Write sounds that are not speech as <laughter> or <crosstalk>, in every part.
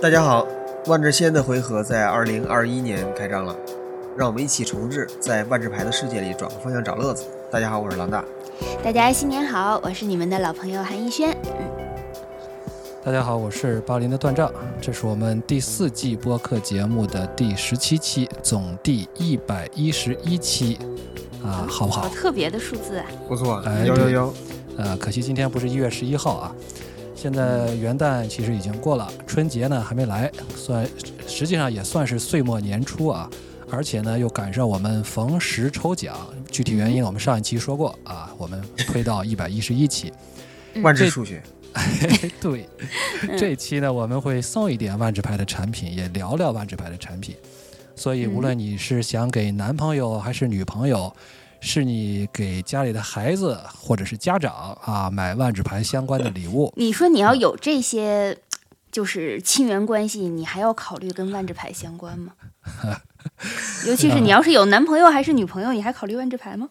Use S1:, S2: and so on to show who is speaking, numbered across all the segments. S1: 大家好，万智仙的回合在二零二一年开张了，让我们一起重置，在万智牌的世界里转个方向找乐子。大家好，我是狼大。
S2: 大家新年好，我是你们的老朋友韩逸轩。嗯，
S3: 大家好，我是巴林的段丈，这是我们第四季播客节目的第十七期，总第一百一十一期，啊，好不好？
S2: 哦特别的数字啊！
S1: 不错
S3: 哎
S1: 幺幺
S3: 对
S1: 幺，
S3: 呃，可惜今天不是一月十一号啊。现在元旦其实已经过了，春节呢还没来，算实际上也算是岁末年初啊。而且呢，又赶上我们逢十抽奖，具体原因我们上一期说过啊，我们推到一百一十一期。
S2: 嗯
S1: 万智
S3: 这
S1: 数学，
S3: <laughs> 对，这期呢我们会送一点万智牌的产品，也聊聊万智牌的产品。所以无论你是想给男朋友还是女朋友，是你给家里的孩子或者是家长啊买万智牌相关的礼物，
S2: 你说你要有这些，就是亲缘关系，你还要考虑跟万智牌相关
S3: <laughs>
S2: 吗？尤其是你要是有男朋友还是女朋友，你还考虑万智牌吗？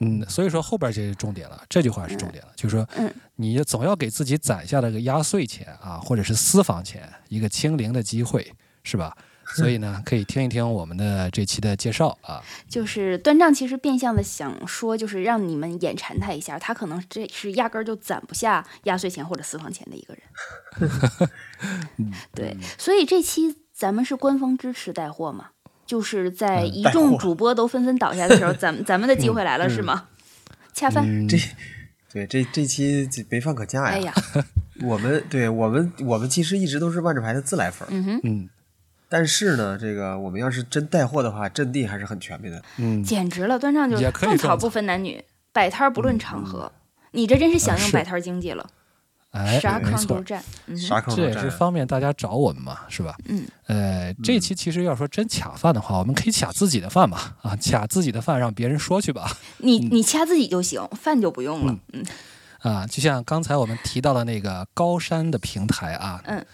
S3: 嗯，所以说后边这是重点了，这句话是重点了，就是说
S2: 嗯，
S3: 你总要给自己攒下了个压岁钱啊，或者是私房钱，一个清零的机会，是吧？所以呢，可以听一听我们的这期的介绍啊，
S2: 就是端丈其实变相的想说，就是让你们眼馋他一下，他可能这是压根儿就攒不下压岁钱或者私房钱的一个人。
S3: <laughs> 嗯
S2: 对，所以这期咱们是官方支持带货嘛，就是在
S3: 嗯
S2: 一
S1: 带货
S2: 众主播都纷纷倒下的时候，
S3: <laughs>
S2: 咱们咱们的机会来了，
S1: 嗯
S2: 是吗？ <laughs> 恰饭，
S3: 嗯，
S1: 这对这这期这没饭可夹
S2: 哎
S1: 呀。
S2: 呀，
S1: 我们对我们我们其实一直都是万智牌的自来粉儿，
S2: 嗯哼，
S3: 嗯
S1: 但是呢，这个我们要是真带货的话，阵地还是很全面的。
S3: 嗯，
S2: 简直了！端丈就
S3: 也可以
S2: 种
S3: 这
S2: 草
S3: 样嗯
S2: 不分男女，摆摊儿不论场合，你这真是响应
S3: 啊是
S2: 摆摊儿经济了，
S3: 哎，
S2: 啥
S3: 没
S2: 坑
S3: 错
S2: 都，占。嗯哼
S1: 啥坑
S3: 这
S1: 都
S3: 也
S1: 占
S3: 是。方便大家找我们嘛，是吧？
S2: 嗯，
S3: 呃，这期其实要说真卡饭的话，我们可以卡自己的饭嘛，啊，卡自己的饭让别人说去吧，
S2: 你你掐自己就行，饭就不用了。嗯，
S3: 啊，就像刚才我们提到的那个高山的平台啊，
S2: 嗯，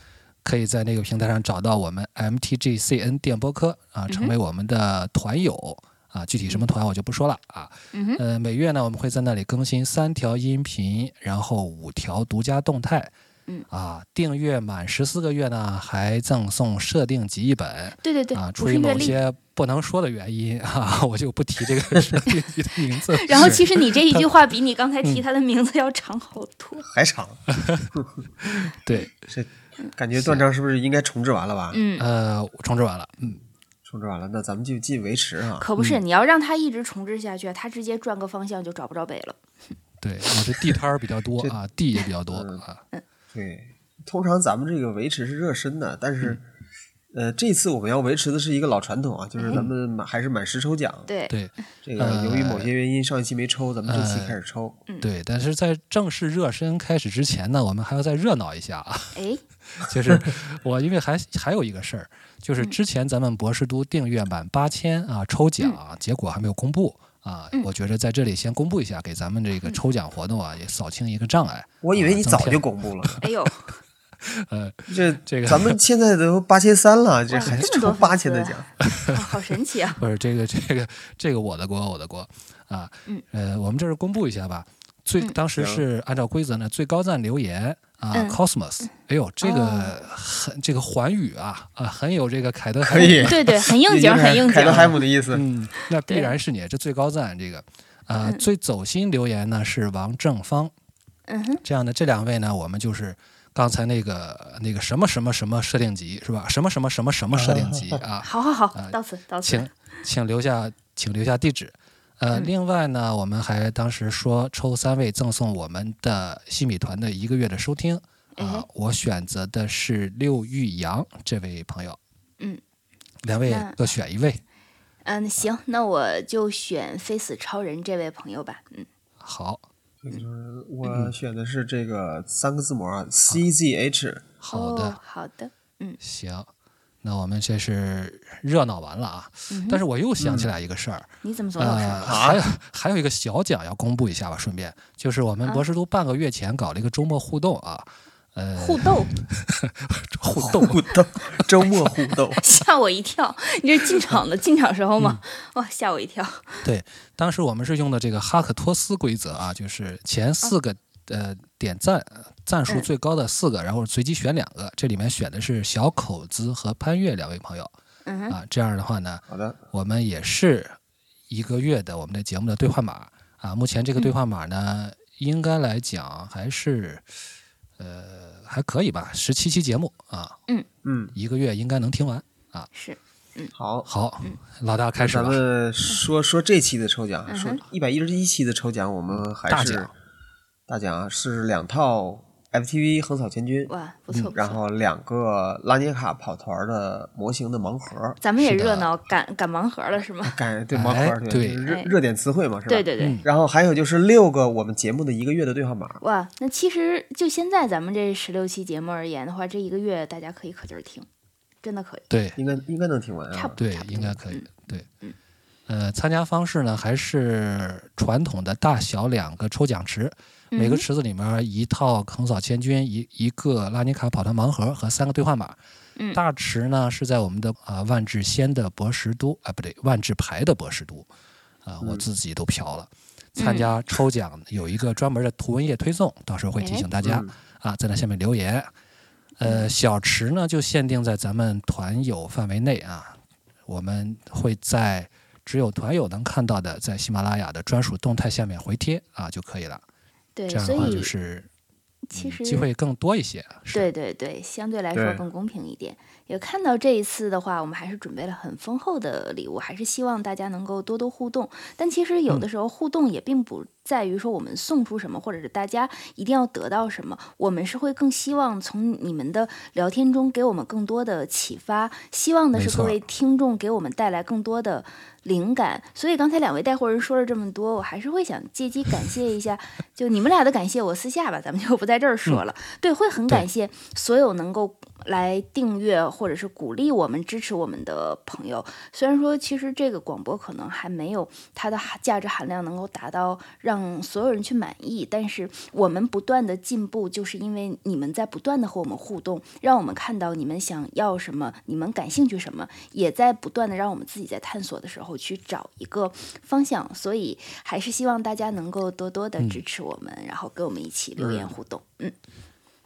S3: 可以在那个平台上找到我们 MTGCN 电波科
S2: 嗯
S3: 啊，成为我们的团友。啊，具体什么团我就不说了啊。
S2: 嗯哼
S3: 呃，每月呢，我们会在那里更新三条音频，然后五条独家动态。
S2: 嗯
S3: 啊，订阅满十四个月呢，还赠送设定集一本。
S2: 对对对
S3: 啊，，
S2: 不
S3: 出
S2: 是
S3: 于
S2: 阅
S3: 某
S2: 历。
S3: 些不能说的原因啊，我就不提这个设定集的名 <laughs> 字。
S2: <laughs> 然后其实你这一句话比你刚才
S3: 嗯
S2: 提他的名字要长好多。
S1: 还长，
S3: 对，
S1: 感觉断章是不是应该重置完了吧？
S2: 嗯，
S3: 呃，我重置完了，嗯，
S1: 重置完了，那咱们就继续维持啊。
S2: 可不是，你要让他一直重置下去，他直接转个方向就找不着北了。
S3: 对，我这地摊儿比较
S1: <laughs>
S3: 多
S1: 这嗯
S3: 啊，地也比较多啊，
S1: 对，通常咱们这个维持是热身的，但是，
S3: 嗯
S1: 呃，这次我们要维持的是一个老传统啊，就是咱们
S3: 哎
S1: 满还是满十抽奖。
S2: 对，
S3: 对
S1: 这
S3: 嗯
S1: 个由于某些原因，上一期没抽，咱们这期开始抽。
S3: 对。但是在正式热身开始之前呢，我们还要再热闹一下啊，
S1: <laughs>
S2: 哎，
S3: 就是我因为还还有一个事儿，就是之前咱们博士都订阅满八千啊抽奖啊结果还没有公布啊，我觉着在这里先公布一下，给咱们这个抽奖活动啊也扫清一个障碍。
S1: 我以为
S3: 啊
S1: 你
S3: 增
S1: 早
S3: 添
S1: 就公布
S3: <laughs>
S1: 了，
S2: 哎呦，
S3: 呃，
S1: 这
S3: 这个
S1: 咱们现在都八千三了，这
S2: 哇
S1: 还
S2: 这么
S1: 抽
S2: 多
S1: 八
S2: 粉丝
S1: 千
S2: 啊
S1: 的
S2: <laughs>
S1: 奖，
S2: 好好神奇
S3: <laughs>
S2: 啊！
S3: 不是这个这个这个我的锅我的锅啊，
S2: 嗯
S3: 呃，我们这儿公布一下吧。最
S2: 嗯
S3: 当时是按照规则呢，最高赞留言啊、
S2: 嗯
S3: c o s m o s 哎呦，这
S2: 哦
S3: 个很、这个环宇啊啊，很有这个凯德海
S1: 可以
S2: 对对，很应景，很应景
S1: 凯。德海姆的意思。
S3: 嗯，那必
S2: 对
S3: 然是你这最高赞这个啊、最走心留言呢是王正芳，
S2: 嗯哼，
S3: 这样的这两位呢，我们就是刚才那个那个什么什么什么设定集是吧？什么什么什么什么设定集啊，
S2: 好好好，到此到此
S3: 请。请留下，请留下地址。呃，
S2: 嗯
S3: 另外呢，我们还当时说抽三位赠送我们的西米团的一个月的收听啊、
S2: 哎
S3: 我选择的是六玉阳这位朋友，
S2: 嗯，
S3: 两位
S2: 那
S3: 各选一位，
S2: 嗯，行，那我就选飞死超人这位朋友吧。嗯，
S3: 好，
S1: 我选的是这个三个字母
S3: 嗯
S1: 啊，C Z H。
S3: 好的，
S2: 哦好的。
S3: 行，那我们这是热闹完了啊，
S2: 嗯哼嗯哦
S3: 但是我又想起来一个事儿，
S2: 你怎么总有事儿？
S3: 呃，还有还有一个小奖要公布一下吧，顺便就是我们
S2: 啊
S3: 博士都半个月前搞了一个周末互动啊，呃，
S2: 互
S3: <laughs>
S2: 斗
S3: 互动
S1: 互斗，周末互斗，
S2: 吓我一跳！你这进场的进场时候
S3: 嗯
S2: 吗？哇，吓我一跳！
S3: 对，当时我们是用的这个哈克托斯规则啊，就是前四个、呃点赞赞数
S2: 啊嗯
S3: 最高的四个，然后随机选两个，这里面选的是小口子和潘越两位朋友
S2: 嗯哼，
S3: 啊。这样的话呢，
S1: 好的，
S3: 我们也是一个月的我们的节目的兑换码啊。目前这
S2: 嗯
S3: 个兑换码呢，应该来讲还是呃还可以吧，十七期节目啊，
S1: 嗯，
S3: 一个月应该能听完。
S2: 是
S1: 好，
S3: 好，老大开始
S1: 咱
S3: 吧。
S1: 们说说这期的抽奖，
S2: 嗯
S1: 说
S2: 哼
S1: 一百一十一期的抽奖，我们还
S3: 大
S1: 是
S3: 奖
S1: 大奖啊，是两套 FTV 横扫全军，
S2: 哇，不
S3: 嗯
S2: 错不
S1: 然
S2: 错，
S1: 后两个拉涅卡跑团的模型的盲盒，
S2: 咱们也
S3: 是的
S2: 热闹，赶赶盲盒了是吗？
S1: 感对
S3: 哎
S1: 盲盒
S3: 对
S1: 就是热
S2: 哎
S1: 热点词汇嘛，是吧？
S2: 对。对对，
S3: 嗯
S1: 然后还有就是六个我们节目的一个月的对号码，
S2: 哇，那其实就现在咱们这十六期节目而言的话，这一个月大家可以可劲儿听，真的可以。
S3: 对
S1: 应该应该能听完
S2: 差
S1: 啊
S2: 不。多
S3: 对
S2: 差，不
S3: 应
S2: 多
S3: 该可以
S2: 嗯。
S3: 对
S2: 嗯，
S3: 呃，参加方式呢还是传统的大小两个抽奖池，每个
S2: 嗯哼
S3: 池子里面一套横扫千军，一一个拉尼卡跑团盲盒和三个兑换码。
S2: 嗯
S3: 大池呢是在我们的啊、呃万智仙的博识都啊、不对，万智牌的博识都啊、我
S1: 嗯
S3: 自己都飘了。参加抽奖有一个专门的图文页推送，到时候会提
S2: 哎
S3: 醒大家。
S1: 嗯
S3: 啊，在那下面留言。呃，小池呢就限定在咱们团友范围内啊，我们会在只有团友能看到的，在喜马拉雅的专属动态下面回贴啊就可以了。
S2: 对，
S3: 这样
S2: 所
S3: 的话就
S2: 以
S3: 是嗯
S2: 其实
S3: 机会更多一些。是
S2: 对对对，相对来说
S1: 对
S2: 更公平一点。也看到这一次的话，我们还是准备了很丰厚的礼物，还是希望大家能够多多互动。但其实有
S3: 嗯
S2: 的时候互动也并不在于说我们送出什么，或者是大家一定要得到什么，我们是会更希望从你们的聊天中给我们更多的启发，希望的
S3: 没
S2: 是各
S3: 错
S2: 位听众给我们带来更多的灵感。所以刚才两位带货人说了这么多，我还是会想借机感谢一下，就你们俩的感谢，我私下吧，咱们就不在这儿说了。对，会很
S3: 对
S2: 感谢所有能够来订阅或者是鼓励我们、支持我们的朋友。虽然说，其实这个广播可能还没有它的含价值含量能够达到让所有人去满意，但是我们不断的进步，就是因为你们在不断的和我们互动，让我们看到你们想要什么，你们感兴趣什么，也在不断的让我们自己在探索的时候去找一个方向。所以，还是希望大家能够多多
S3: 嗯
S2: 的支持我们，然后跟我们一起留言互动。嗯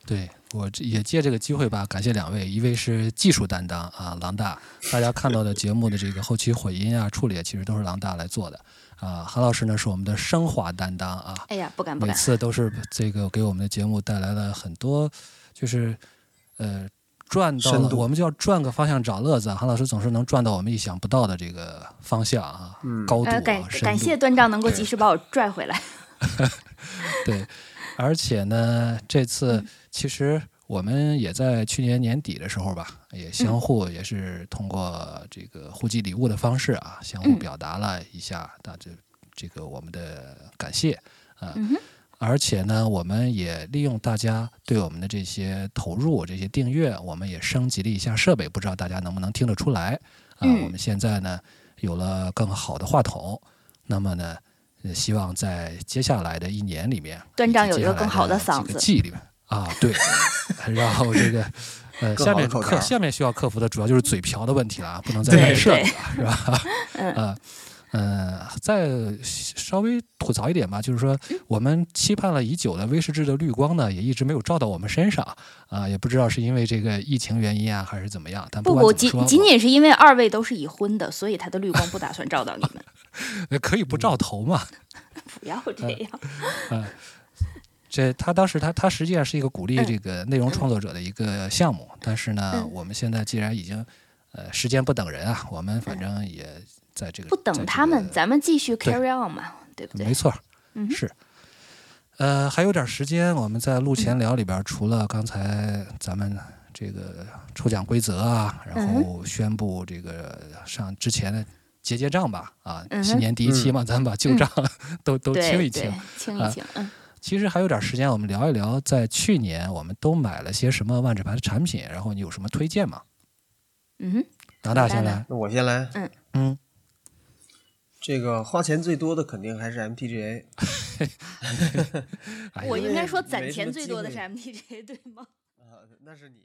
S3: 对我这也借这个机会吧，感谢两位，一位是技术担当啊，郎大，大家看到的节目的这个后期混音啊、处理，其实都是郎大来做的啊。韩老师呢是我们的升华担当啊，
S2: 哎呀，不敢不
S3: 每
S2: 敢，
S3: 次都是这个给我们的节目带来了很多，就是呃转到
S1: 深
S3: 了
S1: 度
S3: 我们就要转个方向找乐子啊。韩老师总是能转到我们意想不到的这个方向啊，
S1: 嗯
S3: 高度啊，
S2: 呃，感
S3: 深度
S2: 感谢段丈能够及时把我拽回来。
S3: 对，而且呢，这
S2: 嗯
S3: 次其实我们也在去年年底的时候吧，也
S2: 嗯
S3: 相互也是通过这个互寄礼物的方式啊，相互
S2: 嗯
S3: 表达了一下大这这个我们的感谢啊。
S2: 嗯哼
S3: 而且呢，我们也利用大家对我们的这些投入、这些订阅，我们也升级了一下设备，不知道大家能不能听得出来啊？
S2: 嗯
S3: 我们现在呢有了更好的话筒，那么呢，呃希望在接下来的一年里面，
S2: 段长有一
S3: 以及接下
S2: 个
S3: 来
S2: 更好的嗓
S3: 几
S2: 子
S3: 个季里面啊，对， <laughs> 然后这个
S1: <laughs>
S3: 呃，
S1: 更
S3: 下
S1: 好的
S3: 面
S1: 口
S3: 克
S1: 条
S3: 下面需要克服的主要就是嘴瓢的问题了啊，不能再
S2: 对
S3: 干涉了
S2: 对，
S3: 是吧？
S2: <laughs> 嗯
S3: 呃呃，再稍微吐槽一点吧，就是说
S2: 嗯
S3: 我们期盼了已久的威士忌的绿光呢，也一直没有照到我们身上啊、也不知道是因为这个疫情原因啊，还是怎么样。但
S2: 不
S3: 管
S2: 不，
S3: 怎
S2: 仅
S3: 么说，
S2: 仅仅是因为二位都是已婚的，所以他的绿光不打算照到你
S3: <laughs>
S2: 们。
S3: 仅呃可以不照头嘛，
S2: 不要
S3: 呃
S2: 这样，
S3: 这他当时他他实际上是一个鼓励
S2: 嗯
S3: 这个内容创作者的一个项目，但是呢，
S2: 嗯
S3: 我们现在既然已经，呃，时间不等人啊，我们反正也在这个
S2: 嗯不
S3: 在
S2: 等
S3: 这
S2: 他们，
S3: 个
S2: 咱们继续
S3: 对
S2: carry on 嘛，对不对
S3: 没？错儿，
S2: 嗯哼
S3: 是。呃，还有点时间，我们在录
S2: 嗯
S3: 前聊里边儿，除了刚才咱们这个抽奖规则啊，然
S2: 嗯
S3: 后宣布这个上之前的结结账吧，啊，
S2: 嗯哼嗯
S3: 新年第一期嘛，咱们把旧账都都清
S2: 对
S3: 一
S2: 对
S3: 清。，
S2: 清
S3: 啊
S2: 一清，嗯
S3: 其实还有点时间，我们聊一聊，在去年我们都买了些什么万智牌的产品，然后你有什么推荐吗？
S2: 嗯哼，
S3: 拿大
S2: 拿
S3: 先
S2: 大
S3: 来，
S1: 那我先来，
S3: 嗯，
S1: 这个花钱最多的肯定还是 MTGA，
S3: 哎
S2: 我
S1: 因
S2: 应该
S1: 为
S2: 说
S1: 没
S2: 攒
S1: 哎什么
S2: 钱最
S1: 机
S2: 多的
S1: 会
S2: 是 MTJ 对吗？
S1: 啊，那是你，